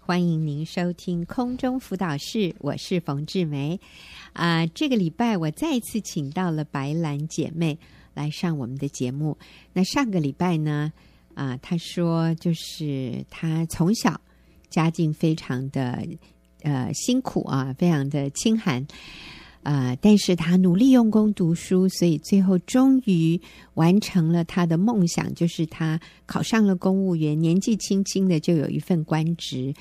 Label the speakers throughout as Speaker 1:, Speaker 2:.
Speaker 1: 欢迎您收听空中辅导室，我是冯志梅。啊、这个礼拜我再一次请到了白兰姐妹来上我们的节目。那上个礼拜呢，啊、她说就是她从小家境非常的呃辛苦啊，非常的清寒。啊，但是她努力用功读书，所以最后终于完成了她的梦想，就是她考上了公务员，年纪轻轻的就有一份官职，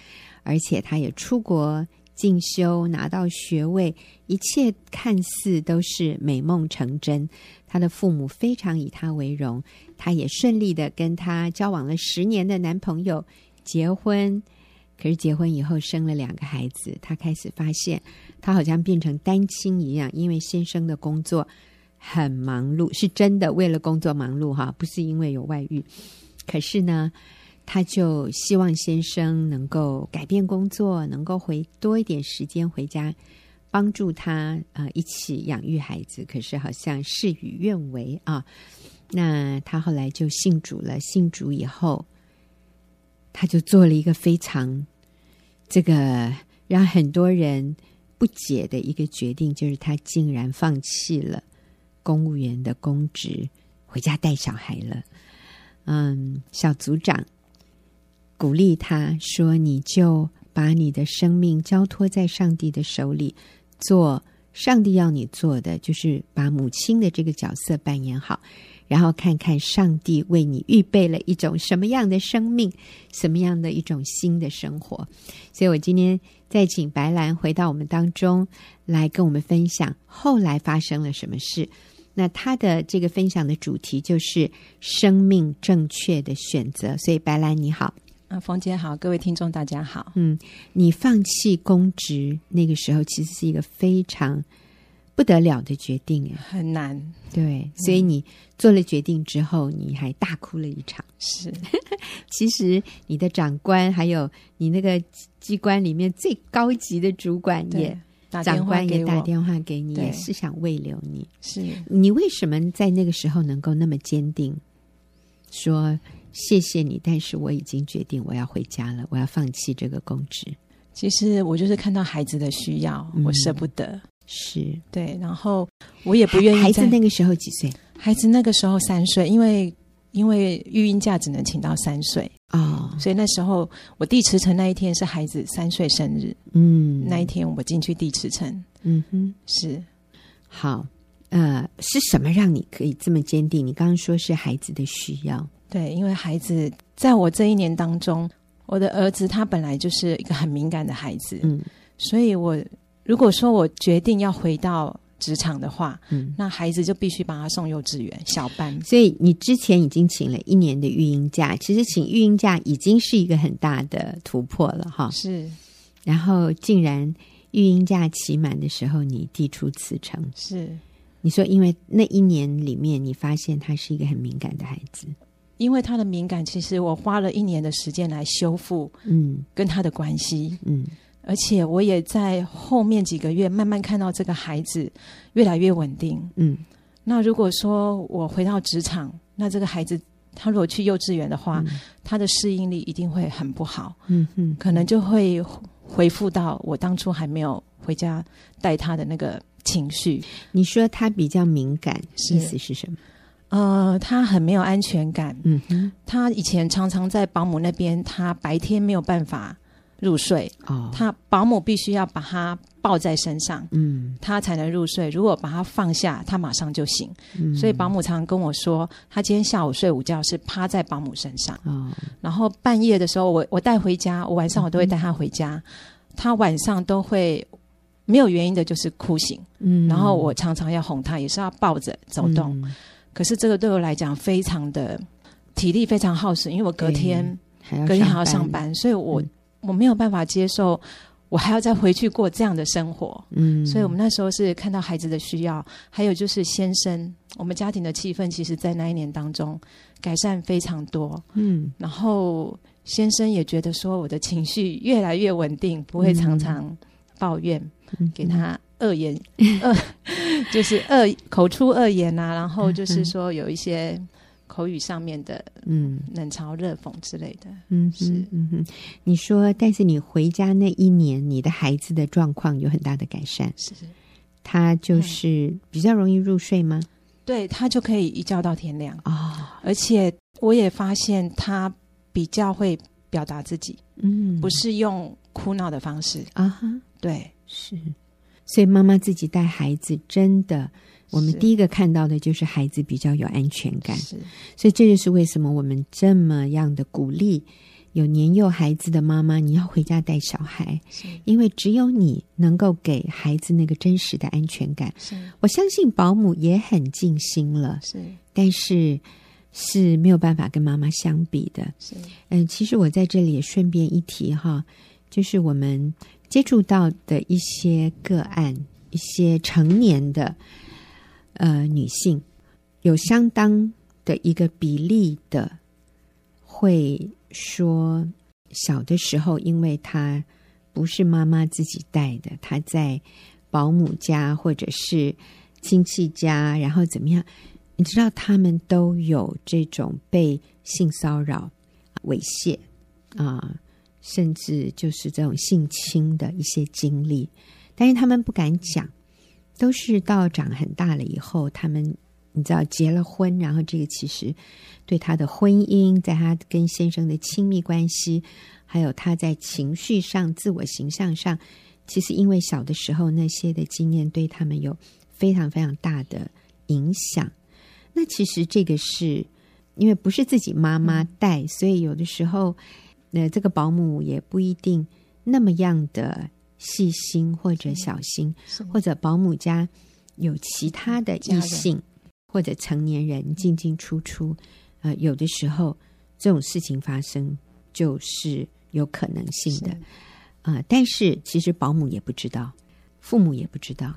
Speaker 1: 而且她也出国进修，拿到学位，一切看似都是美梦成真。她的父母非常以她为荣，她也顺利的跟她交往了十年的男朋友结婚。可是结婚以后生了两个孩子，她开始发现她好像变成单亲一样，因为先生的工作很忙碌，是真的为了工作忙碌哈，不是因为有外遇。可是呢，她就希望先生能够改变工作，能够回多一点时间回家，帮助她呃一起养育孩子。可是好像事与愿违啊。那她后来就信主了，信主以后，她就做了一个非常这个让很多人不解的一个决定，就是她竟然放弃了公务员的公职，回家带小孩了。嗯，小组长鼓励她说：“你就把你的生命交托在上帝的手里，做上帝要你做的，就是把母亲的这个角色扮演好。”然后看看上帝为你预备了一种什么样的生命，什么样的一种新的生活。所以我今天再请白兰回到我们当中来跟我们分享后来发生了什么事。那她的这个分享的主题就是生命正确的选择。所以白兰你好，
Speaker 2: 啊，冯姐好，各位听众大家好。
Speaker 1: 嗯，你放弃公职那个时候其实是一个非常不得了的决定啊。
Speaker 2: 很难嗯
Speaker 1: 对，所以你做了决定之后，你还大哭了一场。
Speaker 2: 是，
Speaker 1: 其实你的长官还有你那个机机关里面最高级的主管
Speaker 2: 对
Speaker 1: 也，
Speaker 2: 打电
Speaker 1: 长
Speaker 2: 话
Speaker 1: 官也
Speaker 2: 给
Speaker 1: 打
Speaker 2: 我，
Speaker 1: 电话给你，
Speaker 2: 对
Speaker 1: 也是想慰留你。
Speaker 2: 是
Speaker 1: 你为什么在那个时候能够那么坚定，说谢谢你，但是我已经决定我要回家了，我要放弃这个公职。
Speaker 2: 其实我就是看到孩子的需要，
Speaker 1: 嗯
Speaker 2: 我舍不得，
Speaker 1: 是，
Speaker 2: 对，然后我也不愿意
Speaker 1: 孩子
Speaker 2: 在
Speaker 1: 那个时候几岁？
Speaker 2: 孩子那个时候三岁，因为因为育婴假只能请到三岁，
Speaker 1: 哦，
Speaker 2: 所以那时候我地池城那一天是孩子三岁生日，
Speaker 1: 嗯，
Speaker 2: 那一天我进去地池城，
Speaker 1: 嗯哼。
Speaker 2: 是
Speaker 1: 好，呃，是什么让你可以这么坚定？你刚刚说是孩子的需要，
Speaker 2: 对，因为孩子在我这一年当中，我的儿子他本来就是一个很敏感的孩子，
Speaker 1: 嗯
Speaker 2: 所以我如果说我决定要回到职场的话，
Speaker 1: 嗯，
Speaker 2: 那孩子就必须把他送幼稚园小班。
Speaker 1: 所以你之前已经请了一年的育婴假，其实请育婴假已经是一个很大的突破了哈。
Speaker 2: 是
Speaker 1: 然后竟然育婴假期满的时候，你递出辞呈，
Speaker 2: 是，
Speaker 1: 你说因为那一年里面你发现他是一个很敏感的孩子，
Speaker 2: 因为他的敏感，其实我花了一年的时间来修复
Speaker 1: 嗯
Speaker 2: 跟他的关系，
Speaker 1: 嗯
Speaker 2: 而且我也在后面几个月慢慢看到这个孩子越来越稳定。
Speaker 1: 嗯
Speaker 2: 那如果说我回到职场，那这个孩子他如果去幼稚园的话，他的适应力一定会很不好。
Speaker 1: 嗯嗯，
Speaker 2: 可能就会回复到我当初还没有回家带他的那个情绪。
Speaker 1: 你说他比较敏感，
Speaker 2: 是
Speaker 1: 意思是什么？
Speaker 2: 呃，他很没有安全感。
Speaker 1: 嗯哼，
Speaker 2: 他以前常常在保姆那边，他白天没有办法入睡，
Speaker 1: 哦，
Speaker 2: 他保姆必须要把他抱在身上，
Speaker 1: 嗯
Speaker 2: 他才能入睡。如果把他放下，他马上就醒。
Speaker 1: 嗯，
Speaker 2: 所以保姆常常跟我说，他今天下午睡午觉是趴在保姆身上。
Speaker 1: 哦，
Speaker 2: 然后半夜的时候我，我带回家，我晚上我都会带他回
Speaker 1: 嗯
Speaker 2: 家，他晚上都会没有原因的，就是哭醒。
Speaker 1: 嗯，
Speaker 2: 然后我常常要哄他，也是要抱着走动。
Speaker 1: 嗯
Speaker 2: 可是这个对我来讲非常的体力非常耗损，因为我隔天
Speaker 1: 还要
Speaker 2: 隔天还要
Speaker 1: 上
Speaker 2: 上，班，所以我、
Speaker 1: 嗯
Speaker 2: 我没有办法接受，我还要再回去过这样的生活。
Speaker 1: 嗯，
Speaker 2: 所以我们那时候是看到孩子的需要，还有就是先生，我们家庭的气氛其实，在那一年当中改善非常多。
Speaker 1: 嗯
Speaker 2: 然后先生也觉得说我的情绪越来越稳定，不会常常抱怨，
Speaker 1: 嗯
Speaker 2: 给他恶言 恶，就是恶口出恶言啊，然后就是说有一些口语上面的
Speaker 1: 嗯
Speaker 2: 冷嘲热讽之类的。
Speaker 1: 嗯
Speaker 2: 是
Speaker 1: 哼嗯哼，你说，但是你回家那一年，你的孩子的状况有很大的改善，
Speaker 2: 是，
Speaker 1: 他就是比较容易入睡吗？
Speaker 2: 对他就可以一觉到天亮，
Speaker 1: 哦，
Speaker 2: 而且我也发现他比较会表达自己，
Speaker 1: 嗯，
Speaker 2: 不是用哭闹的方式。
Speaker 1: 啊哈，
Speaker 2: 对，
Speaker 1: 是，所以妈妈自己带孩子，真的，我们
Speaker 2: 是
Speaker 1: 第一个看到的就是孩子比较有安全感，
Speaker 2: 是
Speaker 1: 所以这就是为什么我们这么样的鼓励有年幼孩子的妈妈，你要回家带小孩，
Speaker 2: 是
Speaker 1: 因为只有你能够给孩子那个真实的安全感。
Speaker 2: 是
Speaker 1: 我相信保姆也很尽心了，
Speaker 2: 是
Speaker 1: 但是是没有办法跟妈妈相比的。
Speaker 2: 是
Speaker 1: 嗯，其实我在这里也顺便一提哈，就是我们接触到的一些个案，一些成年的呃女性，有相当的一个比例的会说，小的时候因为她不是妈妈自己带的，她在保姆家或者是亲戚家，然后怎么样？你知道他们都有这种被性骚扰。猥亵啊、甚至就是这种性侵的一些经历，但是他们不敢讲，都是到长很大了以后，他们嗯你知道结了婚，然后这个其实对他的婚姻，在他跟先生的亲密关系，还有他在情绪上、自我形象上，其实因为小的时候那些的经验，对他们有非常非常大的影响。那其实这个是因为不是自己妈妈
Speaker 2: 嗯
Speaker 1: 带，所以有的时候，呃，这个保姆也不一定那么样的细心或者小心，
Speaker 2: 是
Speaker 1: 或者保姆家有其他的
Speaker 2: 家
Speaker 1: 异
Speaker 2: 人
Speaker 1: 性或者成年人进进出出，呃，有的时候这种事情发生就是有可能性的。啊，但是其实保姆也不知道，父母也不知道。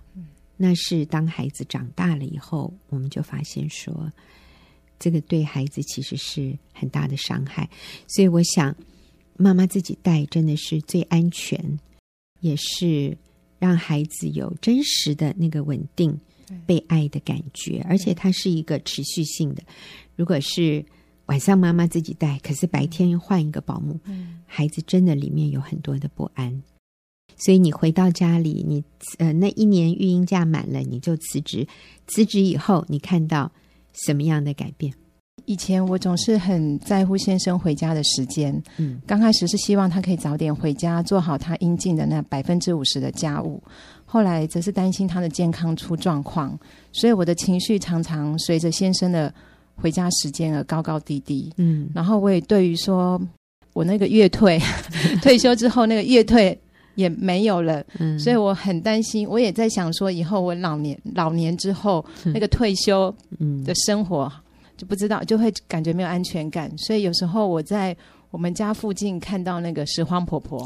Speaker 1: 那是当孩子长大了以后，我们就发现说，这个对孩子其实是很大的伤害。所以我想，妈妈自己带真的是最安全，也是让孩子有真实的那个稳定
Speaker 2: 对
Speaker 1: 被爱的感觉，而且它是一个持续性的。如果是晚上妈妈自己带，可是白天换一个保姆，
Speaker 2: 嗯
Speaker 1: 孩子真的里面有很多的不安。所以你回到家里，你呃那一年育婴假满了，你就辞职。辞职以后，你看到什么样的改变？
Speaker 2: 以前我总是很在乎先生回家的时间，
Speaker 1: 嗯
Speaker 2: 刚开始是希望他可以早点回家，做好他应尽的那百分之五十的家务。后来则是担心他的健康出状况，所以我的情绪常常随着先生的回家时间而高高低低。
Speaker 1: 嗯
Speaker 2: 然后我也对于说，我那个月退， 退休之后那个月退也没有了，
Speaker 1: 嗯，
Speaker 2: 所以我很担心。我也在想说，以后我老年老年之后，那个退休
Speaker 1: 嗯
Speaker 2: 的生活，就不知道就会感觉没有安全感，所以有时候我在我们家附近看到那个拾荒婆 婆，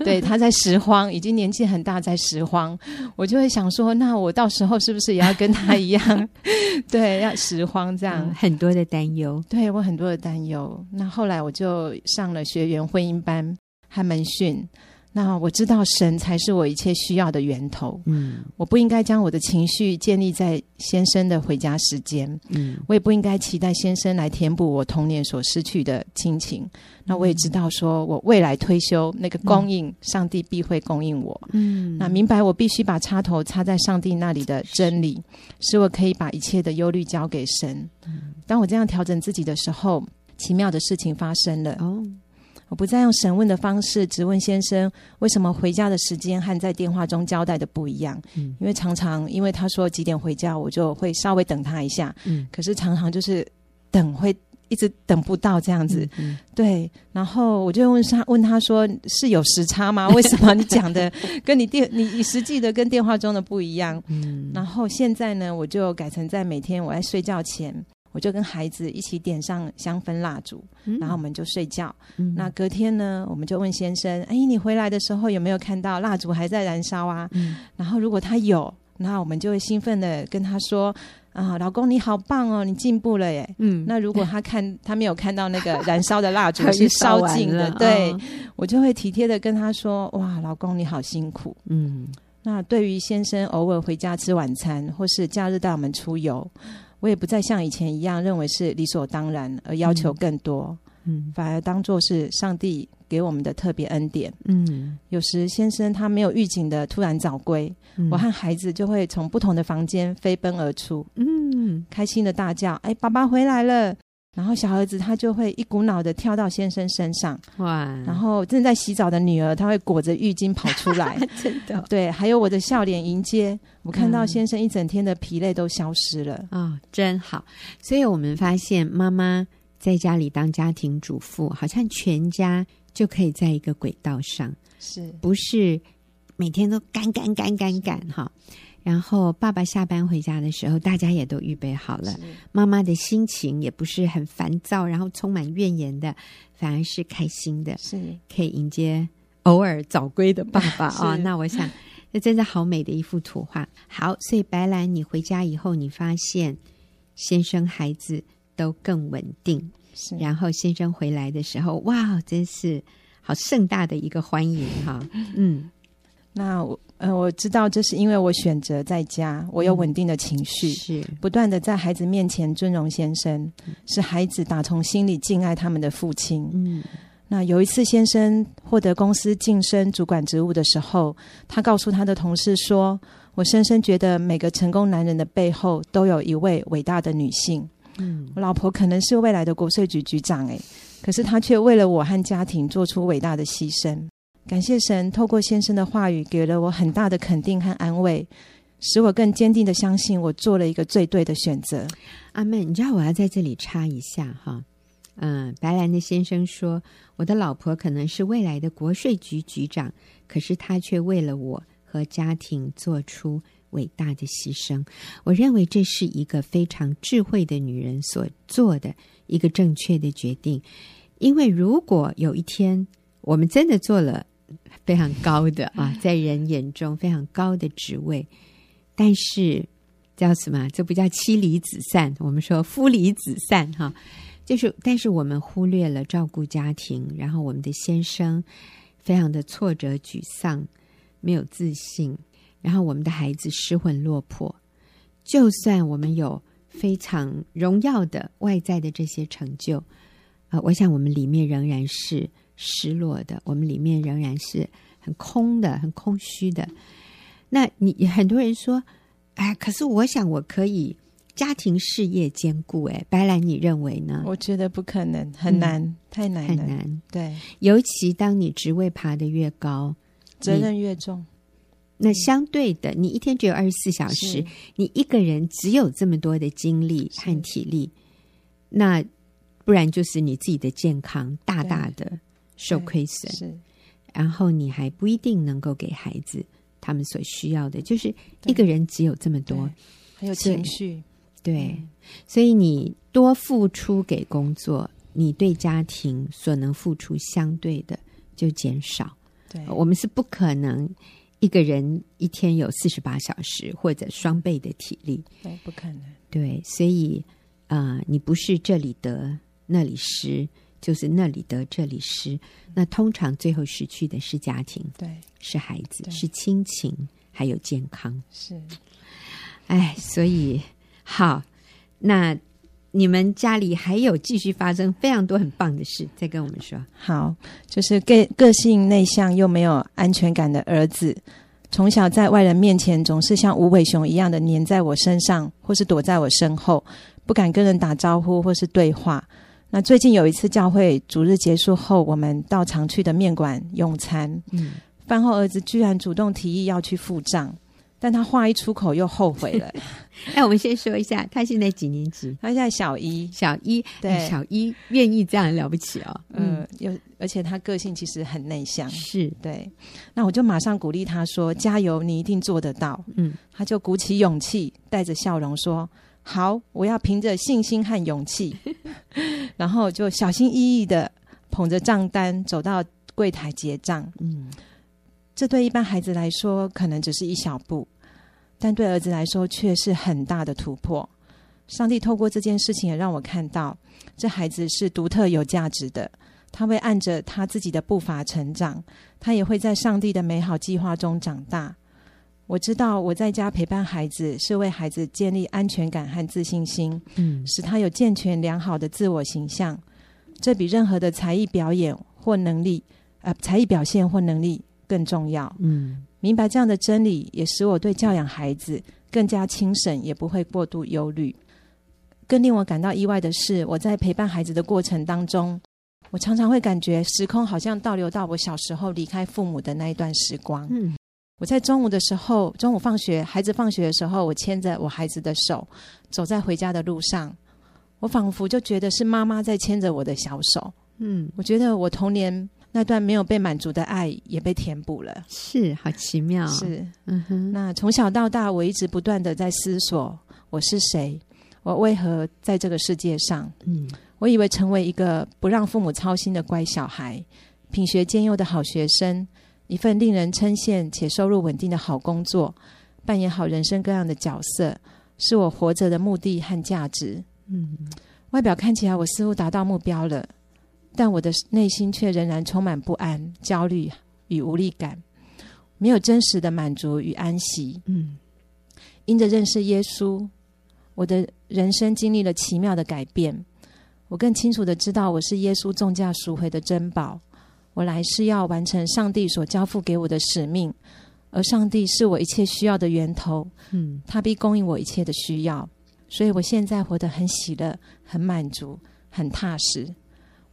Speaker 2: 对，她在拾荒，已经年纪很大，在拾荒，我就会想说，那我到时候是不是也要跟她一样， 对，要拾荒这样
Speaker 1: 嗯？很多的担忧。
Speaker 2: 对我很多的担忧。那后来我就上了学员婚姻班、汉门训。那我知道神才是我一切需要的源头，
Speaker 1: 嗯
Speaker 2: 我不应该将我的情绪建立在先生的回家时间。
Speaker 1: 嗯
Speaker 2: 我也不应该期待先生来填补我童年所失去的亲情。那我也
Speaker 1: 嗯
Speaker 2: 知道，说我未来退休那个供应，上帝必会供应我。
Speaker 1: 嗯
Speaker 2: 那明白我必须把插头插在上帝那里的真理，使我可以把一切的忧虑交给神。
Speaker 1: 嗯
Speaker 2: 当我这样调整自己的时候，奇妙的事情发生了。
Speaker 1: 哦
Speaker 2: 我不再用审问的方式质问先生为什么回家的时间和在电话中交代的不一样，
Speaker 1: 嗯
Speaker 2: 因为常常因为他说几点回家，我就会稍微等他一下，
Speaker 1: 嗯
Speaker 2: 可是常常就是等会一直等不到这样子，
Speaker 1: 嗯
Speaker 2: 对。然后我就问他问他说是有时差吗？ 为什么你讲的跟你电你你实际的跟电话中的不一样？
Speaker 1: 嗯
Speaker 2: 然后现在呢，我就改成在每天我在睡觉前。我就跟孩子一起点上香氛蜡烛，
Speaker 1: 嗯
Speaker 2: 然后我们就睡觉。
Speaker 1: 嗯
Speaker 2: 那隔天呢，我们就问先生：“哎，你回来的时候有没有看到蜡烛还在燃烧啊？”
Speaker 1: 嗯
Speaker 2: 然后如果他有，那我们就会兴奋的跟他说：“啊，老公你好棒哦，你进步了耶！”
Speaker 1: 嗯
Speaker 2: 那如果他看他没有看到那个燃烧的蜡烛
Speaker 1: 还
Speaker 2: 是
Speaker 1: 是烧
Speaker 2: 烧
Speaker 1: 完
Speaker 2: 尽的
Speaker 1: 了，
Speaker 2: 对、
Speaker 1: 哦
Speaker 2: 我就会体贴的跟他说：“哇，老公你好辛苦。
Speaker 1: 嗯”
Speaker 2: 那对于先生偶尔回家吃晚餐，或是假日带我们出游，我也不再像以前一样认为是理所当然，而要求更多，
Speaker 1: 嗯
Speaker 2: 反而当做是上帝给我们的特别恩典。
Speaker 1: 嗯，
Speaker 2: 有时先生他没有预警的突然早归，
Speaker 1: 嗯
Speaker 2: 我和孩子就会从不同的房间飞奔而出，
Speaker 1: 嗯
Speaker 2: 开心的大叫：“哎，爸爸回来了！”然后小儿子他就会一股脑的跳到先生身上，
Speaker 1: 哇，
Speaker 2: 然后正在洗澡的女儿她会裹着浴巾跑出 来，
Speaker 1: 真的哦
Speaker 2: 对，还有我的笑脸迎接。我看到
Speaker 1: 嗯
Speaker 2: 先生一整天的疲累都消失了。
Speaker 1: 哦，真好。所以我们发现，妈妈在家里当家庭主妇，好像全家就可以在一个轨道上，
Speaker 2: 是
Speaker 1: 不是每天都赶赶赶赶赶哈。然后爸爸下班回家的时候，大家也都预备好 了，妈妈的心情也不是很烦躁，然后充满怨言的，反而是开心的。
Speaker 2: 是
Speaker 1: 可以迎接偶尔早归的爸爸
Speaker 2: 是
Speaker 1: 啊、那我想，这真的好美的一幅图画。好，所以白兰，你回家以后，你发现先生、孩子都更稳定，
Speaker 2: 是
Speaker 1: 然后先生回来的时候，哇，真是好盛大的一个欢迎哈、嗯
Speaker 2: 那我呃我知道这是因为我选择在家，我有稳定的情绪，
Speaker 1: 是
Speaker 2: 不断的在孩子面前尊荣先生，使孩子打从心里敬爱他们的父亲。
Speaker 1: 嗯
Speaker 2: 那有一次，先生获得公司晋升主管职务的时候，他告诉他的同事说：“我深深觉得每个成功男人的背后都有一位伟大的女性。
Speaker 1: 嗯
Speaker 2: 我老婆可能是未来的国税局局长，诶，可是她却为了我和家庭做出伟大的牺牲。感谢神，透过先生的话语，给了我很大的肯定和安慰，使我更坚定的相信我做了一个最对的选择。
Speaker 1: 阿妹，你知道我要在这里插一下哈。嗯，白兰的先生说：“我的老婆可能是未来的国税局局长，可是她却为了我和家庭做出伟大的牺牲。我认为这是一个非常智慧的女人所做的一个正确的决定，因为如果有一天我们真的做了非常高的啊，在人眼中非常高的职位，但是叫什么？这不叫妻离子散，我们说夫离子散哈。就是，但是我们忽略了照顾家庭，然后我们的先生非常的挫折、沮丧，没有自信，然后我们的孩子失魂落魄。就算我们有非常荣耀的外在的这些成就，呃，我想我们里面仍然是失落的，我们里面仍然是很空的、很空虚的。那你很多人说，哎，可是我想我可以家庭事业兼顾。哎，白兰，你认为呢？
Speaker 2: 我觉得不可能，很难，太难
Speaker 1: 嗯很
Speaker 2: 了。
Speaker 1: 难，
Speaker 2: 对，
Speaker 1: 尤其当你职位爬得越高，
Speaker 2: 责任越重，
Speaker 1: 那相对的，你一天只有二十四小时
Speaker 2: 嗯是，
Speaker 1: 你一个人只有这么多的精力
Speaker 2: 是
Speaker 1: 和体力，那不然就是你自己的健康大大的受亏损，
Speaker 2: 是
Speaker 1: 然后你还不一定能够给孩子他们所需要的，就是
Speaker 2: 对
Speaker 1: 一个人只有这么多
Speaker 2: 对，还有
Speaker 1: 所以
Speaker 2: 情绪，
Speaker 1: 对
Speaker 2: 嗯，
Speaker 1: 所以你多付出给工作，你对家庭所能付出相对的就减少。
Speaker 2: 对，
Speaker 1: 我们是不可能一个人一天有四十八小时或者双倍的体力，
Speaker 2: 对，不可能，
Speaker 1: 对，所以啊、呃你不是这里得那里失，就是那里得这里失，那通常最后失去的是家庭，
Speaker 2: 对，
Speaker 1: 是孩子，
Speaker 2: 对
Speaker 1: 是亲情，还有健康。
Speaker 2: 是
Speaker 1: 哎，所以好，那你们家里还有继续发生非常多很棒的事，再跟我们说。
Speaker 2: 好，就是个个性内向又没有安全感的儿子。从小在外人面前总是像无尾熊一样的粘在我身上，或是躲在我身后，不敢跟人打招呼或是对话。那最近有一次教会主日结束后，我们到常去的面馆用餐，
Speaker 1: 嗯，
Speaker 2: 饭后儿子居然主动提议要去付账，但他话一出口又后悔了。
Speaker 1: 哎，我们先说一下，他现在几年级？
Speaker 2: 他现在小一，
Speaker 1: 小一，
Speaker 2: 对
Speaker 1: 哎小一愿意这样很了不起哦。
Speaker 2: 嗯，有，而且他个性其实很内向
Speaker 1: 嗯，，是，
Speaker 2: 对。那我就马上鼓励他说：“加油，你一定做得到。
Speaker 1: 嗯，”
Speaker 2: 他就鼓起勇气，带着笑容说：“好，我要凭着信心和勇气。” 然后就小心翼翼的捧着账单走到柜台结账。
Speaker 1: 嗯，
Speaker 2: 这对一般孩子来说可能只是一小步，但对儿子来说却是很大的突破。上帝透过这件事情也让我看到，这孩子是独特有价值的。他会按着他自己的步伐成长，他也会在上帝的美好计划中长大。我知道我在家陪伴孩子是为孩子建立安全感和自信心，
Speaker 1: 嗯
Speaker 2: 使他有健全良好的自我形象。这比任何的才艺表演或能力，呃，才艺表现或能力更重要。
Speaker 1: 嗯
Speaker 2: 明白这样的真理，也使我对教养孩子更加轻省，也不会过度忧虑。更令我感到意外的是，我在陪伴孩子的过程当中，我常常会感觉时空好像倒流到我小时候离开父母的那一段时光。
Speaker 1: 嗯
Speaker 2: 我在中午的时候，中午放学，孩子放学的时候，我牵着我孩子的手，走在回家的路上，我仿佛就觉得是妈妈在牵着我的小手。
Speaker 1: 嗯，
Speaker 2: 我觉得我童年那段没有被满足的爱也被填补了。
Speaker 1: 是好奇妙，
Speaker 2: 是，
Speaker 1: 嗯哼，
Speaker 2: 那从小到大，我一直不断的在思索我是谁，我为何在这个世界上。
Speaker 1: 嗯
Speaker 2: 我以为成为一个不让父母操心的乖小孩，品学兼优的好学生，一份令人称羡且收入稳定的好工作，扮演好人生各样的角色，是我活着的目的和价值。
Speaker 1: 嗯
Speaker 2: 外表看起来我似乎达到目标了，但我的内心却仍然充满不安、焦虑与无力感，没有真实的满足与安息。
Speaker 1: 嗯
Speaker 2: 因着认识耶稣，我的人生经历了奇妙的改变。我更清楚的知道，我是耶稣重价赎回的珍宝。我来是要完成上帝所交付给我的使命，而上帝是我一切需要的源头，
Speaker 1: 嗯
Speaker 2: 他必供应我一切的需要。所以我现在活得很喜乐、很满足、很踏实。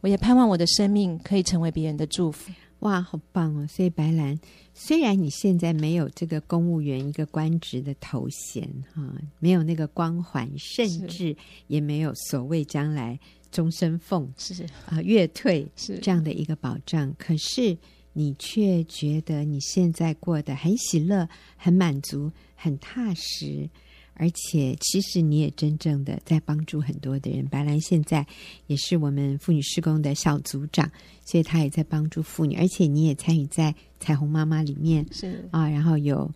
Speaker 2: 我也盼望我的生命可以成为别人的祝福。
Speaker 1: 哇，好棒哦！所以白兰，虽然你现在没有这个公务员一个官职的头衔哈、没有那个光环，甚
Speaker 2: 是
Speaker 1: 至也没有所谓将来终身俸
Speaker 2: 是
Speaker 1: 啊、月退
Speaker 2: 是
Speaker 1: 这样的一个保障，可是你却觉得你现在过得很喜乐、很满足、很踏实，而且其实你也真正的在帮助很多的人。白兰现在也是我们妇女施工的小组长，所以她也在帮助妇女，而且你也参与在彩虹妈妈里面
Speaker 2: 是
Speaker 1: 啊，然后有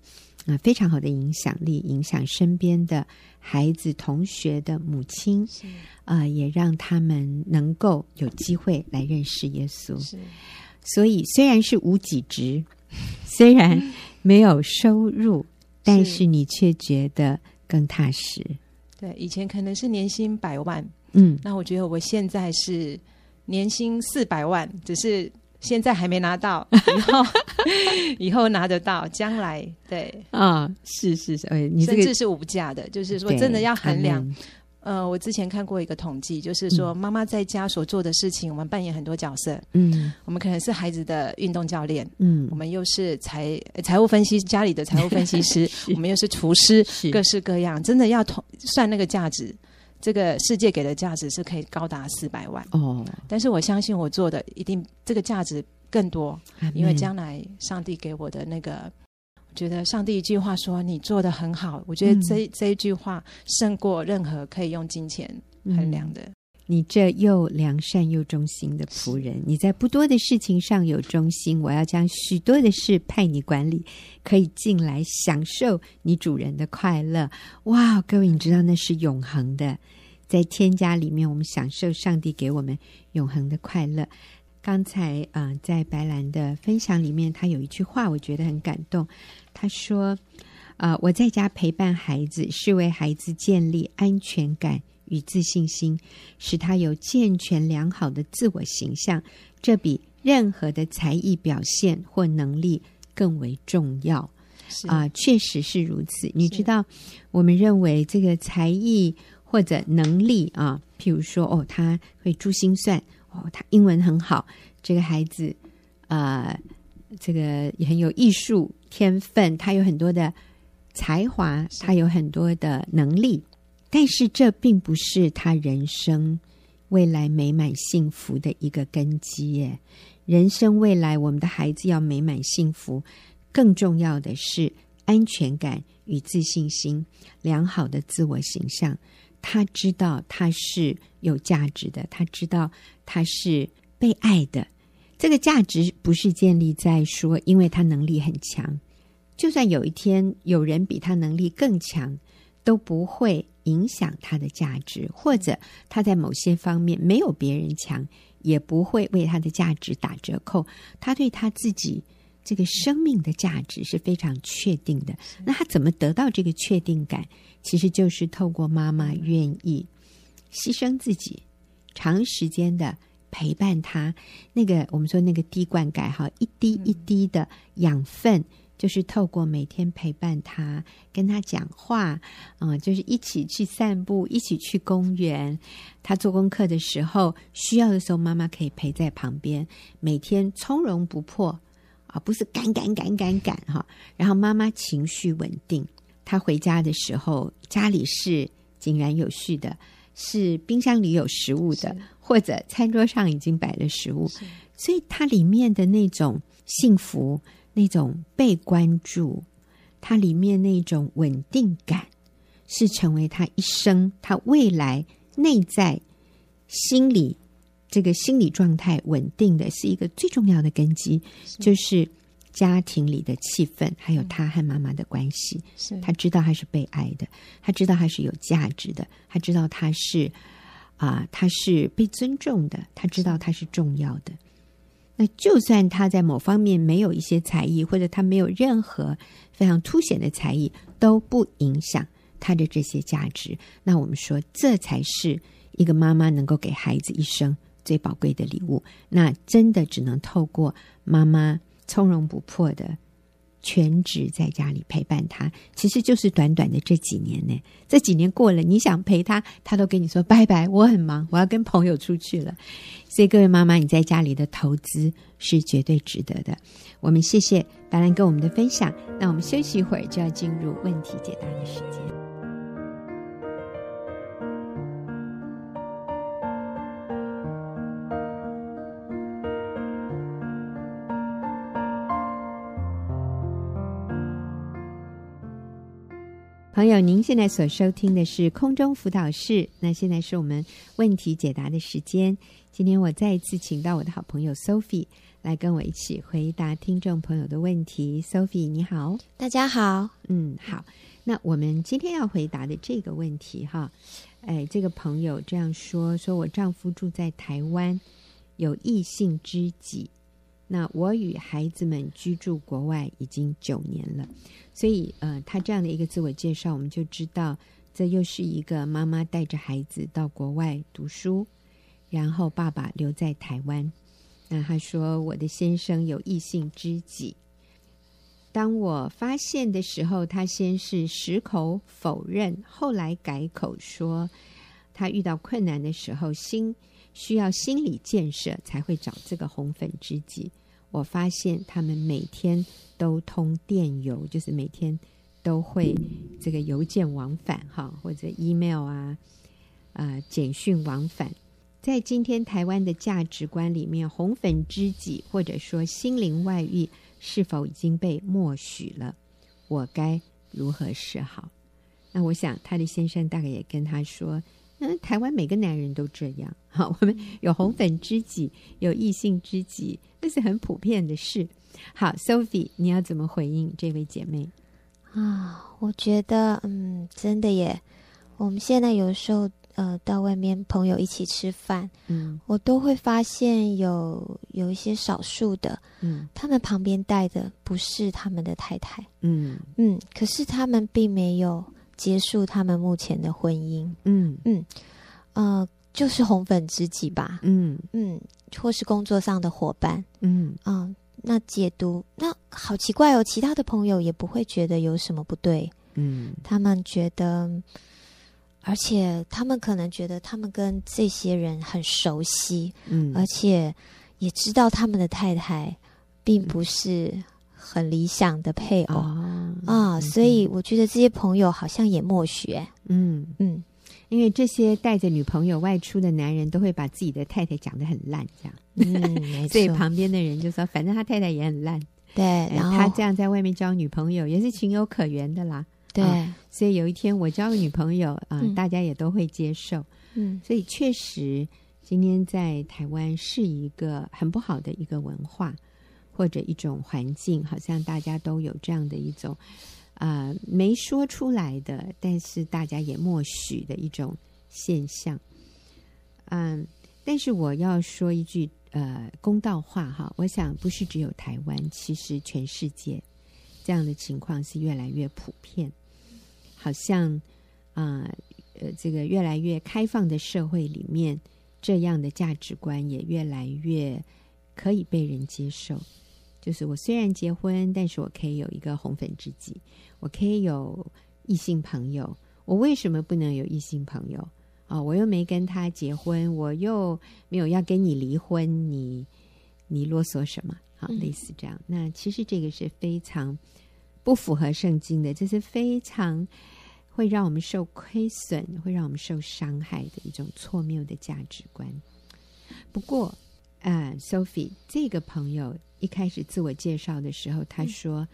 Speaker 1: 啊、非常好的影响力，影响身边的孩子、同学的母亲，
Speaker 2: 是
Speaker 1: 啊，也让他们能够有机会来认识耶稣。
Speaker 2: 是
Speaker 1: 所以虽然是无己职， 虽然没有收入， 但是你却觉得更踏实。
Speaker 2: 对，以前可能是年薪百万，
Speaker 1: 嗯
Speaker 2: 那我觉得我现在是年薪四百万，只是现在还没拿 到，以后以后拿得到，将来对，
Speaker 1: 啊、是是是，哎，你这
Speaker 2: 甚
Speaker 1: 个
Speaker 2: 至是无价的，就是说
Speaker 1: 对嗯
Speaker 2: 真的要衡
Speaker 1: 阿
Speaker 2: 量。
Speaker 1: 门
Speaker 2: 呃，我之前看过一个统计，就是说妈妈在家所做的事情，我们扮演很多角色，
Speaker 1: 嗯
Speaker 2: 我们可能是孩子的运动教练，我
Speaker 1: 嗯，
Speaker 2: 们又是财呃财务分析家里的财务分析 师
Speaker 1: 是，
Speaker 2: 我们又是厨师，
Speaker 1: 是
Speaker 2: 各式各样，真的要统算那个价值。这个世界给的价值是可以高达四百万，
Speaker 1: 哦，
Speaker 2: 但是我相信我做的一定这个价值更多，
Speaker 1: 阿
Speaker 2: 因为
Speaker 1: 门
Speaker 2: 将来上帝给我的那个，我觉得上帝一句话说你做的很好，我觉得这、这一句话胜过任何可以用金钱衡量的。
Speaker 1: 你这又良善又忠心的仆人，你在不多的事情上有忠心，我要将许多的事派你管理，可以进来享受你主人的快乐。哇，各位，你知道那是永恒的，在天家里面，我们享受上帝给我们永恒的快乐。刚才啊、呃在白兰的分享里面，他有一句话，我觉得很感动。他说：“呃，我在家陪伴孩子，是为孩子建立安全感与自信心，使他有健全良好的自我形象。这比任何的才艺表现或能力更为重要。”
Speaker 2: 是
Speaker 1: 啊、，确实是如此。你
Speaker 2: 是
Speaker 1: 知道，我们认为这个才艺或者能力啊，譬如说，哦，他会珠心算，哦，他英文很好，这个孩子，呃，这个也很有艺术天分，他有很多的才华，
Speaker 2: 是
Speaker 1: 他有很多的能力，但是这并不是他人生未来美满幸福的一个根基耶。人生未来，我们的孩子要美满幸福，更重要的是安全感与自信心，良好的自我形象。他知道他是有价值的，他知道他是被爱的。这个价值不是建立在说，因为他能力很强，就算有一天有人比他能力更强，都不会影响他的价值，或者他在某些方面没有别人强，也不会为他的价值打折扣。他对他自己这个生命的价值是非常确定的。那他怎么得到这个确定感？其实就是透过妈妈愿意牺牲自己，长时间的陪伴他。那个我们说那个滴灌溉哈，一滴一滴的养分，就是透过每天陪伴他，跟他讲话，嗯、就是一起去散步，一起去公园。他做功课的时候，需要的时候，妈妈可以陪在旁边，每天从容不迫。啊，不是赶赶赶赶赶哈，然后妈妈情绪稳定，她回家的时候家里是井然有序的，是冰箱里有食物的
Speaker 2: 是，
Speaker 1: 或者餐桌上已经摆了食物，
Speaker 2: 是
Speaker 1: 所以它里面的那种幸福、那种被关注，它里面那种稳定感，是成为他一生、他未来内在心理这个心理状态稳定的是一个最重要的根基，就是家庭里的气氛，还有他和妈妈的关系。
Speaker 2: 是
Speaker 1: 他知道他是被爱的，他知道他是有价值的，他知道他是啊、他是被尊重的，他知道他是重要的。那就算他在某方面没有一些才艺，或者他没有任何非常凸显的才艺，都不影响他的这些价值。那我们说，这才是一个妈妈能够给孩子一生最宝贵的礼物。那真的只能透过妈妈从容不迫的全职在家里陪伴他，其实就是短短的这几年呢。这几年过了，你想陪他，他都跟你说拜拜，我很忙，我要跟朋友出去了。所以各位妈妈，你在家里的投资是绝对值得的。我们谢谢白兰跟我们的分享，那我们休息一会儿就要进入问题解答的时间。朋友，您现在所收听的是空中辅导室。那现在是我们问题解答的时间。今天我再一次请到我的好朋友 Sophie 来跟我一起回答听众朋友的问题。Sophie，你好。
Speaker 3: 大家好，
Speaker 1: 嗯，好。那我们今天要回答的这个问题哈，哎，这个朋友这样说：说我丈夫住在台湾，有异性知己。那我与孩子们居住国外已经九年了，所以呃，他这样的一个自我介绍，我们就知道这又是一个妈妈带着孩子到国外读书，然后爸爸留在台湾。那他说我的先生有异性知己，当我发现的时候，他先是矢口否认，后来改口说，他遇到困难的时候，心需要心理建设才会找这个红粉知己。我发现他们每天都通电邮，就是每天都会这个邮件往返哈，或者 email 啊，啊简讯往返。在今天台湾的价值观里面，红粉知己或者说心灵外遇是否已经被默许了？我该如何是好？那我想他的先生大概也跟他说，嗯，台湾每个男人都这样，好，我们有红粉知己，有异性知己，那是很普遍的事。好，Sophie，你要怎么回应这位姐妹？
Speaker 3: 啊，我觉得，嗯，真的耶，我们现在有时候，呃，到外面朋友一起吃饭，
Speaker 1: 嗯
Speaker 3: 我都会发现有有一些少数的，
Speaker 1: 嗯
Speaker 3: 他们旁边带的不是他们的太太，
Speaker 1: 嗯
Speaker 3: 嗯，可是他们并没有结束他们目前的婚姻，
Speaker 1: 嗯
Speaker 3: 呃，就是红粉知己吧，
Speaker 1: 嗯
Speaker 3: 嗯，或是工作上的伙伴，
Speaker 1: 嗯
Speaker 3: 嗯，那解读，那好奇怪哦，其他的朋友也不会觉得有什么不对。
Speaker 1: 嗯
Speaker 3: 他们觉得，而且他们可能觉得他们跟这些人很熟悉，
Speaker 1: 嗯
Speaker 3: 而且也知道他们的太太并不是很理想的配偶、
Speaker 1: 哦
Speaker 3: 啊，所以我觉得这些朋友好像也默许、欸
Speaker 1: 嗯。
Speaker 3: 嗯，
Speaker 1: 因为这些带着女朋友外出的男人都会把自己的太太讲得很烂，这样，
Speaker 3: 嗯， 没
Speaker 1: 所以
Speaker 3: 错，
Speaker 1: 旁边的人就说，反正他太太也很烂，
Speaker 3: 对，
Speaker 1: 哎
Speaker 3: 然后、
Speaker 1: 他这样在外面交女朋友也是情有可原的啦。
Speaker 3: 对，
Speaker 1: 所以有一天我交个女朋友啊、
Speaker 3: 嗯
Speaker 1: 大家也都会接受。
Speaker 3: 嗯，
Speaker 1: 所以确实，今天在台湾是一个很不好的一个文化或者一种环境，好像大家都有这样的一种啊、呃没说出来的，但是大家也默许的一种现象。嗯，但是我要说一句，呃公道话哈，我想不是只有台湾，其实全世界这样的情况是越来越普遍，好像啊呃这个越来越开放的社会里面，这样的价值观也越来越可以被人接受。就是我虽然结婚，但是我可以有一个红粉知己，我可以有异性朋友，我为什么不能有异性朋友？啊、我又没跟他结婚，我又没有要跟你离婚，你你啰嗦什么？好，
Speaker 3: 嗯
Speaker 1: 类似这样。那其实这个是非常不符合圣经的，这是非常会让我们受亏损、会让我们受伤害的一种错谬的价值观。不过，啊、s o p h i e 这个朋友一开始自我介绍的时候，他说、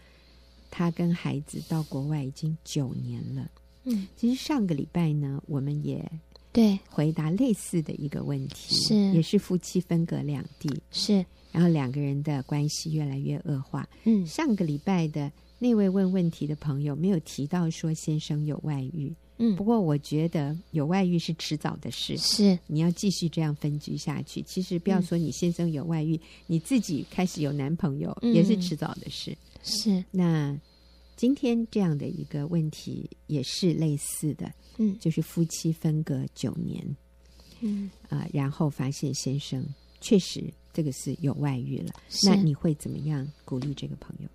Speaker 1: 他跟孩子到国外已经九年了。
Speaker 3: 嗯，
Speaker 1: 其实上个礼拜呢，我们也
Speaker 3: 对，
Speaker 1: 回答类似的一个问题，
Speaker 3: 是
Speaker 1: 也是夫妻分隔两地，
Speaker 3: 是，
Speaker 1: 然后两个人的关系越来越恶化。
Speaker 3: 嗯
Speaker 1: 上个礼拜的那位问问题的朋友没有提到说先生有外遇，
Speaker 3: 嗯
Speaker 1: 不，过我觉得有外遇是迟早的事。
Speaker 3: 是
Speaker 1: 你要继续这样分居下去，其实不要说你先生有外遇，你自己开始有男朋友、
Speaker 3: 嗯
Speaker 1: 也是迟早的事。
Speaker 3: 是，
Speaker 1: 那今天这样的一个问题也是类似的，
Speaker 3: 嗯
Speaker 1: 就是夫妻分隔九年，
Speaker 3: 嗯，
Speaker 1: 啊、然后发现先生确实这个是有外遇了，
Speaker 3: 是
Speaker 1: 那你会怎么样鼓励这个朋友？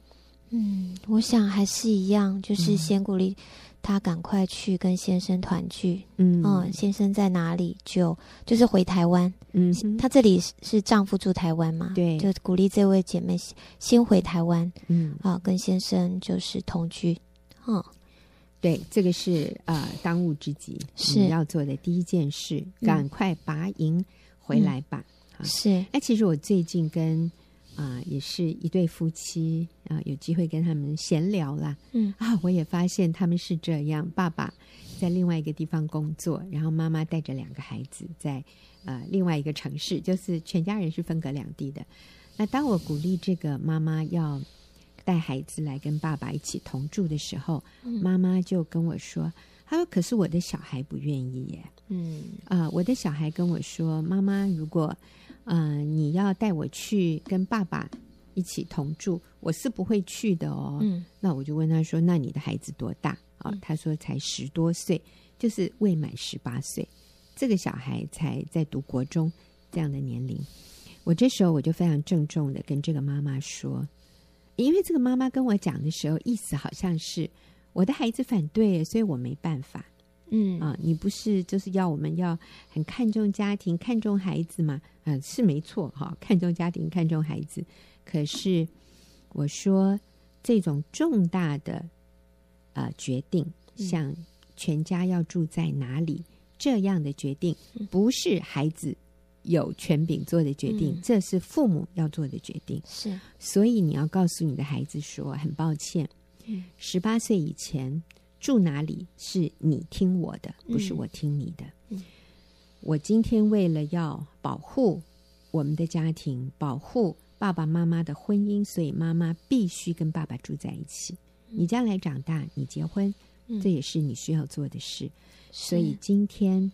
Speaker 3: 嗯，我想还是一样，就是
Speaker 1: 嗯
Speaker 3: 先鼓励他赶快去跟先生团聚。
Speaker 1: 嗯
Speaker 3: 嗯，先生在哪里就就是回台湾。
Speaker 1: 嗯哼，
Speaker 3: 她这里是是丈夫住台湾嘛？
Speaker 1: 对
Speaker 3: 就鼓励这位姐妹先先回台湾
Speaker 1: 嗯，
Speaker 3: 啊、跟先生就是同居。嗯，
Speaker 1: 对，这个是呃当务之急，
Speaker 3: 是
Speaker 1: 你要做的第一件事，
Speaker 3: 嗯
Speaker 1: 赶快拔营回来吧。啊
Speaker 3: 是，
Speaker 1: 那其实我最近跟啊、也是一对夫妻啊、有机会跟他们闲聊啦，
Speaker 3: 嗯
Speaker 1: 啊，我也发现他们是这样，爸爸在另外一个地方工作，然后妈妈带着两个孩子在呃另外一个城市，就是全家人是分隔两地的。那当我鼓励这个妈妈要带孩子来跟爸爸一起同住的时候，
Speaker 3: 嗯
Speaker 1: 妈妈就跟我说：“她说可是我的小孩不愿意耶。”
Speaker 3: 嗯
Speaker 1: 啊、我的小孩跟我说：“妈妈，如果呃你要带我去跟爸爸一起同住，我是不会去的哦。
Speaker 3: 嗯
Speaker 1: 那我就问他说：“那你的孩子多大？”啊、他说才十多岁，就是未满十八岁，这个小孩才在读国中这样的年龄。我这时候我就非常郑重的跟这个妈妈说，因为这个妈妈跟我讲的时候，意思好像是我的孩子反对，所以我没办法。
Speaker 3: 嗯
Speaker 1: 啊，你不是就是要我们要很看重家庭、看重孩子嘛？啊、是没错哈、看重家庭、看重孩子。可是我说，这种重大的呃决定，
Speaker 3: 嗯
Speaker 1: 像全家要住在哪里这样的决定
Speaker 3: 嗯，
Speaker 1: 不是孩子有权柄做的决定，
Speaker 3: 嗯
Speaker 1: 这是父母要做的决定。
Speaker 3: 是，
Speaker 1: 所以你要告诉你的孩子说，很抱歉
Speaker 3: 嗯，
Speaker 1: 十八岁以前住哪里是你听我的，不是
Speaker 3: 嗯
Speaker 1: 我听你的。
Speaker 3: 嗯
Speaker 1: 我今天为了要保护我们的家庭，保护爸爸妈妈的婚姻，所以妈妈必须跟爸爸住在一起。你将来长大，你结婚，
Speaker 3: 嗯
Speaker 1: 这也是你需要做的事。
Speaker 3: 所
Speaker 1: 所以今天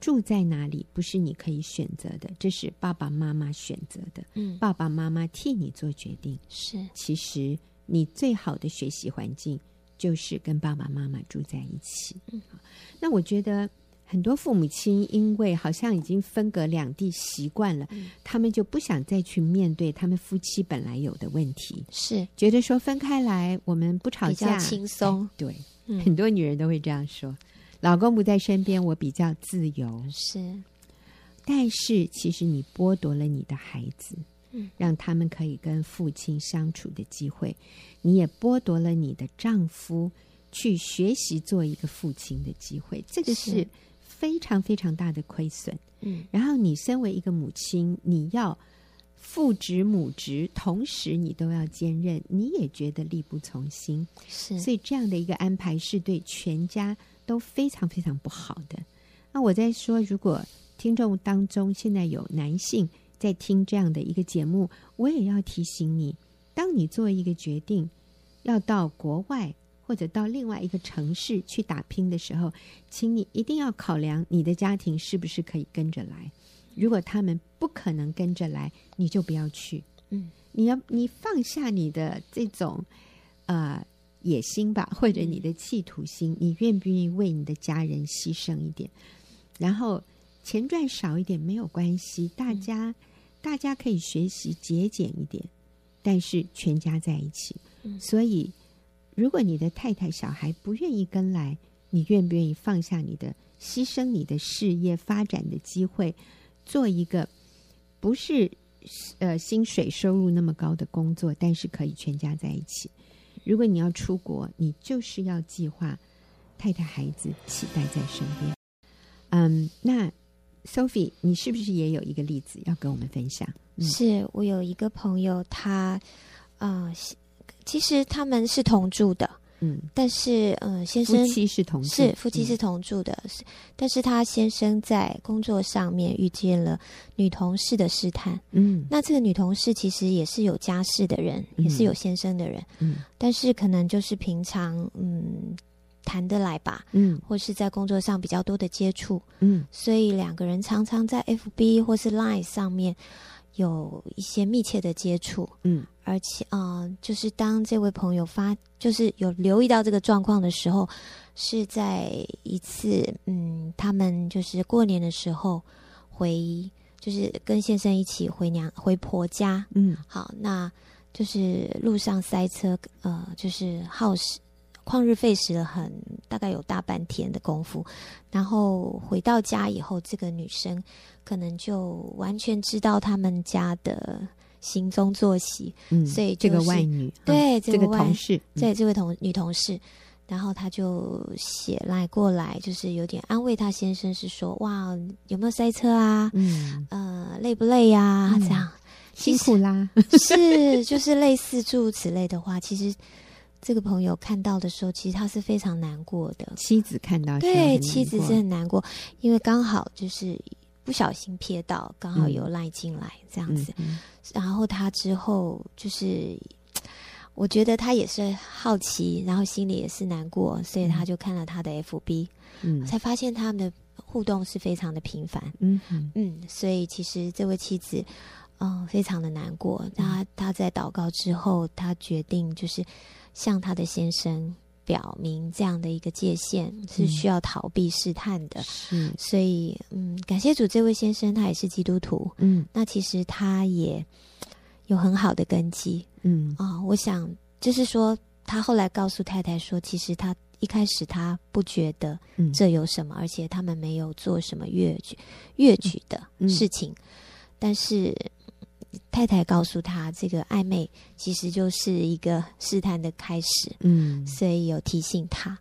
Speaker 1: 住在哪里不是你可以选择的，这是爸爸妈妈选择的。
Speaker 3: 嗯
Speaker 1: 爸爸妈妈替你做决定。
Speaker 3: 是
Speaker 1: 其实你最好的学习环境就是跟爸爸妈妈住在一起。
Speaker 3: 嗯
Speaker 1: 好，那我觉得很多父母亲因为好像已经分隔两地习惯了，
Speaker 3: 嗯
Speaker 1: 他们就不想再去面对他们夫妻本来有的问题，
Speaker 3: 是
Speaker 1: 觉得说分开来我们不吵
Speaker 3: 比较
Speaker 1: 架
Speaker 3: 轻松
Speaker 1: 哎，对，
Speaker 3: 嗯
Speaker 1: 很多女人都会这样说。老公不在身边，我比较自由。
Speaker 3: 是
Speaker 1: 但是其实你剥夺了你的孩子，
Speaker 3: 嗯，
Speaker 1: 让他们可以跟父亲相处的机会，你也剥夺了你的丈夫去学习做一个父亲的机会，这个是
Speaker 3: 是
Speaker 1: 非常非常大的亏损。
Speaker 3: 嗯
Speaker 1: 然后你身为一个母亲，你要父职母职，同时你都要兼任，你也觉得力不从心。
Speaker 3: 是
Speaker 1: 所以这样的一个安排是对全家都非常非常不好的。那我在说，如果听众当中现在有男性在听这样的一个节目，我也要提醒你，当你做一个决定要到国外或者到另外一个城市去打拼的时候，请你一定要考量你的家庭是不是可以跟着来。如果他们不可能跟着来，你就不要去。
Speaker 3: 嗯，
Speaker 1: 你要你放下你的这种呃野心吧，或者你的企图心，你愿不愿意为你的家人牺牲一点？然后钱赚少一点没有关系，大家、大家可以学习节俭一点，但是全家在一起。
Speaker 3: 嗯
Speaker 1: 所以，如果你的太太、小孩不愿意跟来，你愿不愿意放下你的牺牲你的事业发展的机会，做一个不是呃薪水收入那么高的工作，但是可以全家在一起？如果你要出国，你就是要计划太太、孩子期待在身边。嗯，那 Sophie，你是不是也有一个例子要跟我们分享？嗯
Speaker 3: 是我有一个朋友，他啊、呃是其实他们是同住的，
Speaker 1: 嗯，
Speaker 3: 但是嗯、呃先
Speaker 1: 夫
Speaker 3: 生
Speaker 1: 妻是同居
Speaker 3: 是夫妻
Speaker 1: 嗯
Speaker 3: 是同住的，是但是他先生在工作上面遇见了女同事的试探。
Speaker 1: 嗯
Speaker 3: 那这个女同事其实也是有家室的人，
Speaker 1: 嗯
Speaker 3: 也是有先生的人，
Speaker 1: 嗯
Speaker 3: 但是可能就是平常嗯谈得来吧，
Speaker 1: 嗯
Speaker 3: 或是在工作上比较多的接触，
Speaker 1: 嗯
Speaker 3: 所以两个人常常在 FB 或是 Line 上面有一些密切的接触。
Speaker 1: 嗯
Speaker 3: 而且，呃，就是当这位朋友发，就是有留意到这个状况的时候，是在一次，嗯，他们就是过年的时候回，就是跟先生一起回娘回婆家。
Speaker 1: 嗯
Speaker 3: 好，那就是路上塞车，呃，就是耗时旷日费时了很大概有大半天的功夫，然后回到家以后，这个女生可能就完全知道他们家的行踪作息，
Speaker 1: 嗯，
Speaker 3: 所以
Speaker 1: 这
Speaker 3: 就
Speaker 1: 个
Speaker 3: 是
Speaker 1: 外女哈
Speaker 3: 对
Speaker 1: 嗯这
Speaker 3: 这
Speaker 1: 个
Speaker 3: 个外
Speaker 1: 同事，嗯
Speaker 3: 对这位同女同事，然后她就写来过来，就是有点安慰她先生，是说哇有没有塞车啊？
Speaker 1: 嗯，
Speaker 3: 呃，累不累呀、
Speaker 1: 嗯
Speaker 3: 这样
Speaker 1: 辛苦啦，
Speaker 3: 是就是类似诸如此类的话，其实这个朋友看到的时候，其实他是非常难过的。
Speaker 1: 妻子看到是很
Speaker 3: 对，
Speaker 1: 难
Speaker 3: 妻子
Speaker 1: 过
Speaker 3: 是很难过，因为刚好就是不小心瞥到，刚好有赖进来这样
Speaker 1: 嗯
Speaker 3: 子。
Speaker 1: 嗯
Speaker 3: 然后他之后就是，我觉得他也是好奇，然后心里也是难过，所以他就看了他的 FB，、
Speaker 1: 嗯
Speaker 3: 才发现他们的互动是非常的频繁。
Speaker 1: 嗯嗯
Speaker 3: 嗯，所以其实这位妻子，嗯、非常的难
Speaker 1: 嗯
Speaker 3: 过。那她在祷告之后，她决定就是向她的先生表明这样的一个界限是需要逃避试探的。
Speaker 1: 嗯是
Speaker 3: 所以，嗯，感谢主，这位先生他也是基督徒，
Speaker 1: 嗯
Speaker 3: 那其实他也有很好的根基
Speaker 1: 嗯
Speaker 3: 啊、我想，就是说，他后来告诉太太说，其实他一开始他不觉得
Speaker 1: 嗯
Speaker 3: 这有什么，而且他们没有做什么越矩越矩
Speaker 1: 嗯
Speaker 3: 的事情。但是太太告诉他，这个暧昧其实就是一个试探的开始，
Speaker 1: 嗯
Speaker 3: 所以有提醒他。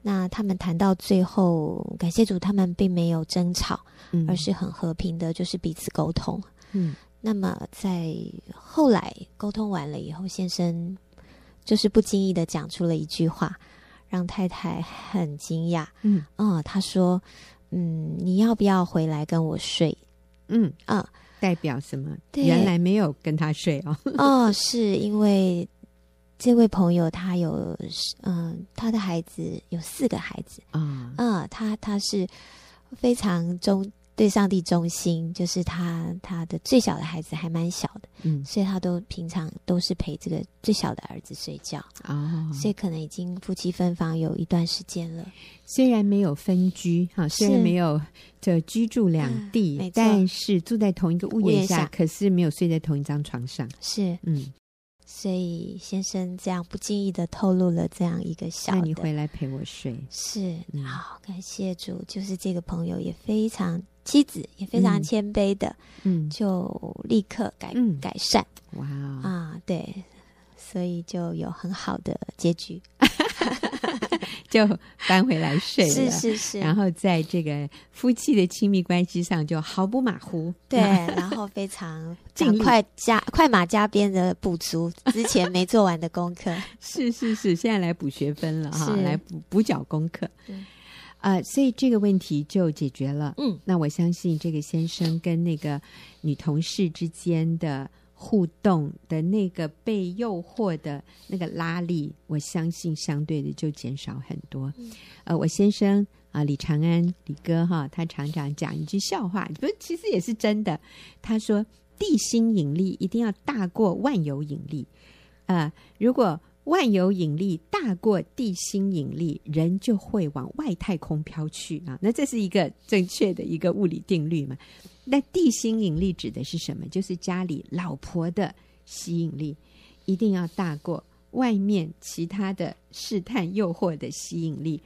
Speaker 3: 那他们谈到最后，感谢主，他们并没有争吵，
Speaker 1: 嗯，
Speaker 3: 而是很和平的，就是彼此沟通。
Speaker 1: 嗯
Speaker 3: 那么在后来沟通完了以后，先生就是不经意的讲出了一句话，让太太很惊讶。
Speaker 1: 嗯
Speaker 3: 嗯，他说：“嗯，你要不要回来跟我睡
Speaker 1: 嗯？”
Speaker 3: 啊、
Speaker 1: 代表什么？
Speaker 3: 对
Speaker 1: 原来没有跟他睡 哦，
Speaker 3: 哦，是因为这位朋友他有嗯、他的孩子有四个孩子，
Speaker 1: 啊
Speaker 3: 嗯，他他是非常忠对上帝忠心，就是他他的最小的孩子还蛮小的。
Speaker 1: 嗯
Speaker 3: 所以他都平常都是陪这个最小的儿子睡觉，
Speaker 1: 啊，
Speaker 3: 所以可能已经夫妻分房有一段时间了。
Speaker 1: 虽然没有分居哈，虽然
Speaker 3: 是
Speaker 1: 没有这居住两
Speaker 3: 嗯
Speaker 1: 地，
Speaker 3: 没错
Speaker 1: 但是住在同一个屋
Speaker 3: 屋
Speaker 1: 檐
Speaker 3: 檐
Speaker 1: 下，
Speaker 3: 下
Speaker 1: 可是没有睡在同一张床上。
Speaker 3: 是，
Speaker 1: 嗯，
Speaker 3: 所以先生这样不经意的透露了这样一个小
Speaker 1: 那
Speaker 3: 的，
Speaker 1: 你回来陪我睡。
Speaker 3: 是
Speaker 1: 嗯
Speaker 3: 好，感谢主，就是这个朋友也非常妻子也非常
Speaker 1: 嗯
Speaker 3: 谦卑的，
Speaker 1: 嗯，
Speaker 3: 就立刻改、
Speaker 1: 嗯
Speaker 3: 改善
Speaker 1: 哇哦，
Speaker 3: 啊，对，所以就有很好的结局。
Speaker 1: 就搬回来睡了。
Speaker 3: 是是是，
Speaker 1: 然后在这个夫妻的亲密关系上就毫不马虎。
Speaker 3: 对，然后非常
Speaker 1: 尽
Speaker 3: 赶
Speaker 1: 力
Speaker 3: 快加快马加鞭的补 足之前没做完的功课。
Speaker 1: 是是是，现在来补学分了哈，
Speaker 3: 是
Speaker 1: 来补补缴功课
Speaker 3: 对。
Speaker 1: 啊、所以这个问题就解决了。
Speaker 3: 嗯，
Speaker 1: 那我相信这个先生跟那个女同事之间的互动的那个被诱惑的那个拉力，我相信相对的就减少很多。
Speaker 3: 嗯
Speaker 1: 呃，我先生啊、李长安李哥哈，他常常讲一句笑话，不是，其实也是真的。他说，地心引力一定要大过万有引力，啊、如果万有引力大过地心引力，人就会往外太空飘去啊。那这是一个正确的一个物理定律嘛？那地心引力指的是什么？就是家里老婆的吸引力一定要大过外面其他的试探、诱惑的吸引力。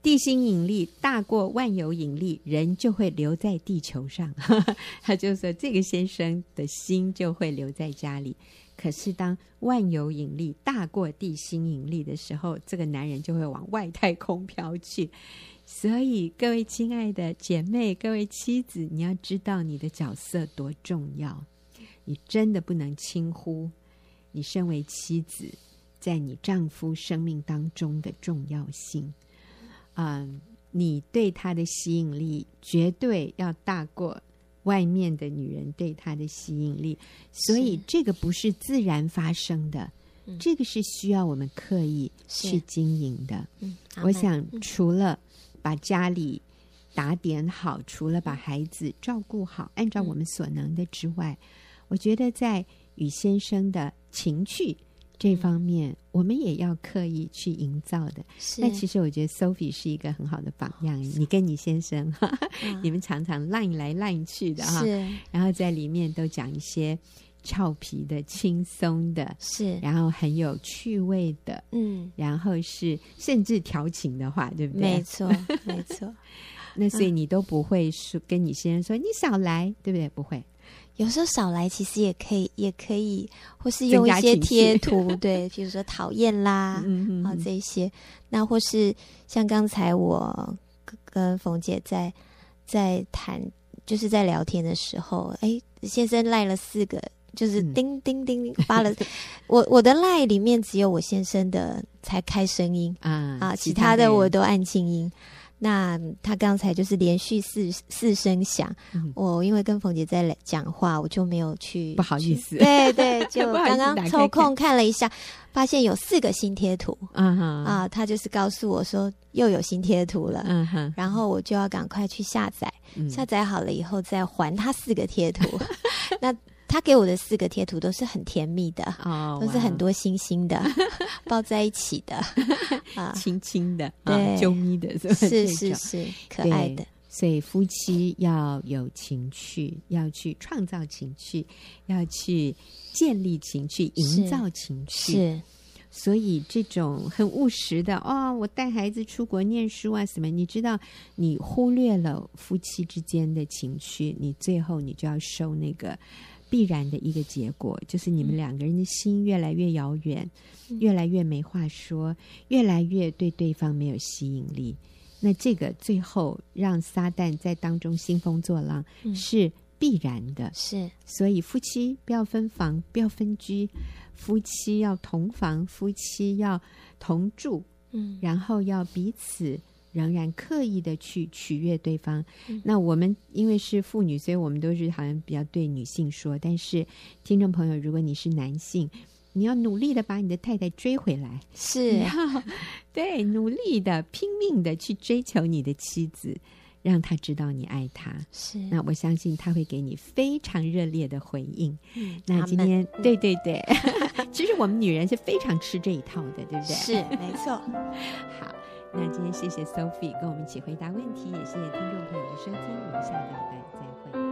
Speaker 1: 地心引力大过万有引力，人就会留在地球上。 他就说，这个先生的心就会留在家里。可是，当万有引力大过地心引力的时候，这个男人就会往外太空飘去。所以，各位亲爱的姐妹，各位妻子，你要知道你的角色多重要，你真的不能轻忽你身为妻子在你丈夫生命当中的重要性。嗯，你对他的吸引力绝对要大过外面的女人对他的吸引力，所以这个不是自然发生的，
Speaker 3: 嗯
Speaker 1: 这个是需要我们刻意
Speaker 3: 是
Speaker 1: 去经营的。
Speaker 3: 嗯，阿
Speaker 1: 我
Speaker 3: 门
Speaker 1: 想，除了把家里打点好，除了把孩子照顾好，按
Speaker 3: 嗯
Speaker 1: 照我们所能的之外，我觉得在与先生的情趣这方面，我们也要刻意去营造的。
Speaker 3: 嗯是
Speaker 1: 那其实我觉得 Sophie 是一个很好的榜样，你跟你先生，哈哈
Speaker 3: 啊
Speaker 1: 你们常常烂来烂去的哈，
Speaker 3: 是
Speaker 1: 然后在里面都讲一些俏皮的、轻松的，
Speaker 3: 是，
Speaker 1: 然后很有趣味的，
Speaker 3: 嗯，
Speaker 1: 然后是甚至调情的话，对不
Speaker 3: 没
Speaker 1: 对？
Speaker 3: 错没 错。
Speaker 1: 那所以你都不会说跟你先生说你少来，对不对？不会，
Speaker 3: 有时候少来，其实也可以，也可以，或是
Speaker 1: 增
Speaker 3: 用一
Speaker 1: 加
Speaker 3: 些
Speaker 1: 情绪
Speaker 3: 贴图，对，比如说讨厌啦，
Speaker 1: 嗯
Speaker 3: 啊、这一些，那或是像刚才我跟跟冯姐在在谈，就是在聊天的时候，哎，先生赖了四个，就是
Speaker 1: 嗯
Speaker 3: 叮叮叮叮发 了，我我的赖里面只有我先生的才开声音
Speaker 1: 啊
Speaker 3: 啊，其他的我
Speaker 1: 人
Speaker 3: 都按静音。那他刚才就是连续四四声响，
Speaker 1: 嗯
Speaker 3: 我因为跟冯姐在聊讲话，我就没有去
Speaker 1: 不好意思
Speaker 3: 对对，就
Speaker 1: 不好意思
Speaker 3: 刚
Speaker 1: 打
Speaker 3: 刚
Speaker 1: 开
Speaker 3: 抽空看了一下，发现有四个新贴图，
Speaker 1: 啊哈
Speaker 3: 啊，他就是告诉我说又有新贴图了，
Speaker 1: 嗯哈，
Speaker 3: 然后我就要赶快去下载，
Speaker 1: 嗯
Speaker 3: 下载好了以后再还他四个贴图。 那他给我的四个贴图都是很甜蜜的，
Speaker 1: 哦
Speaker 3: 都是很
Speaker 1: 哇
Speaker 3: 多星星的 抱在一起的啊，
Speaker 1: 轻轻的啊，
Speaker 3: 对
Speaker 1: 啾咪的，是吧
Speaker 3: 是
Speaker 1: 这
Speaker 3: 是
Speaker 1: 种
Speaker 3: 是，可爱的，
Speaker 1: 所以夫妻要有情趣，要去创造情趣，要去建立情趣，营造情趣。
Speaker 3: 是
Speaker 1: 所以这种很务实的哦，我带孩子出国念书啊什么，你知道，你忽略了夫妻之间的情趣，你最后你就要受那个必然的一个结果，就是你们两个人的心越来越遥远，越来越没话说，越来越对对方没有吸引力。那这个最后让撒旦在当中兴风作浪、
Speaker 3: 嗯
Speaker 1: 是必然的，
Speaker 3: 是
Speaker 1: 所以夫妻不要分房，不要分居，夫妻要同房，夫妻要同住，
Speaker 3: 嗯
Speaker 1: 然后要彼此仍然刻意的去取悦对方。
Speaker 3: 嗯
Speaker 1: 那我们因为是妇女，所以我们都是好像比较对女性说，但是听众朋友，如果你是男性，你要努力的把你的太太追回来，
Speaker 3: 是
Speaker 1: 要对努力的拼命的去追求你的妻子，让她知道你爱她。
Speaker 3: 是，
Speaker 1: 那我相信他会给你非常热烈的回应。
Speaker 3: 嗯
Speaker 1: 那
Speaker 3: 阿
Speaker 1: 今
Speaker 3: 门
Speaker 1: 天，对对对， 其实我们女人是非常吃这一套的，对不对？
Speaker 3: 是没错，
Speaker 1: 好，那今天谢谢 Sophie 跟我们一起回答问题，也谢谢听众朋友的收听，我们下个礼拜再会。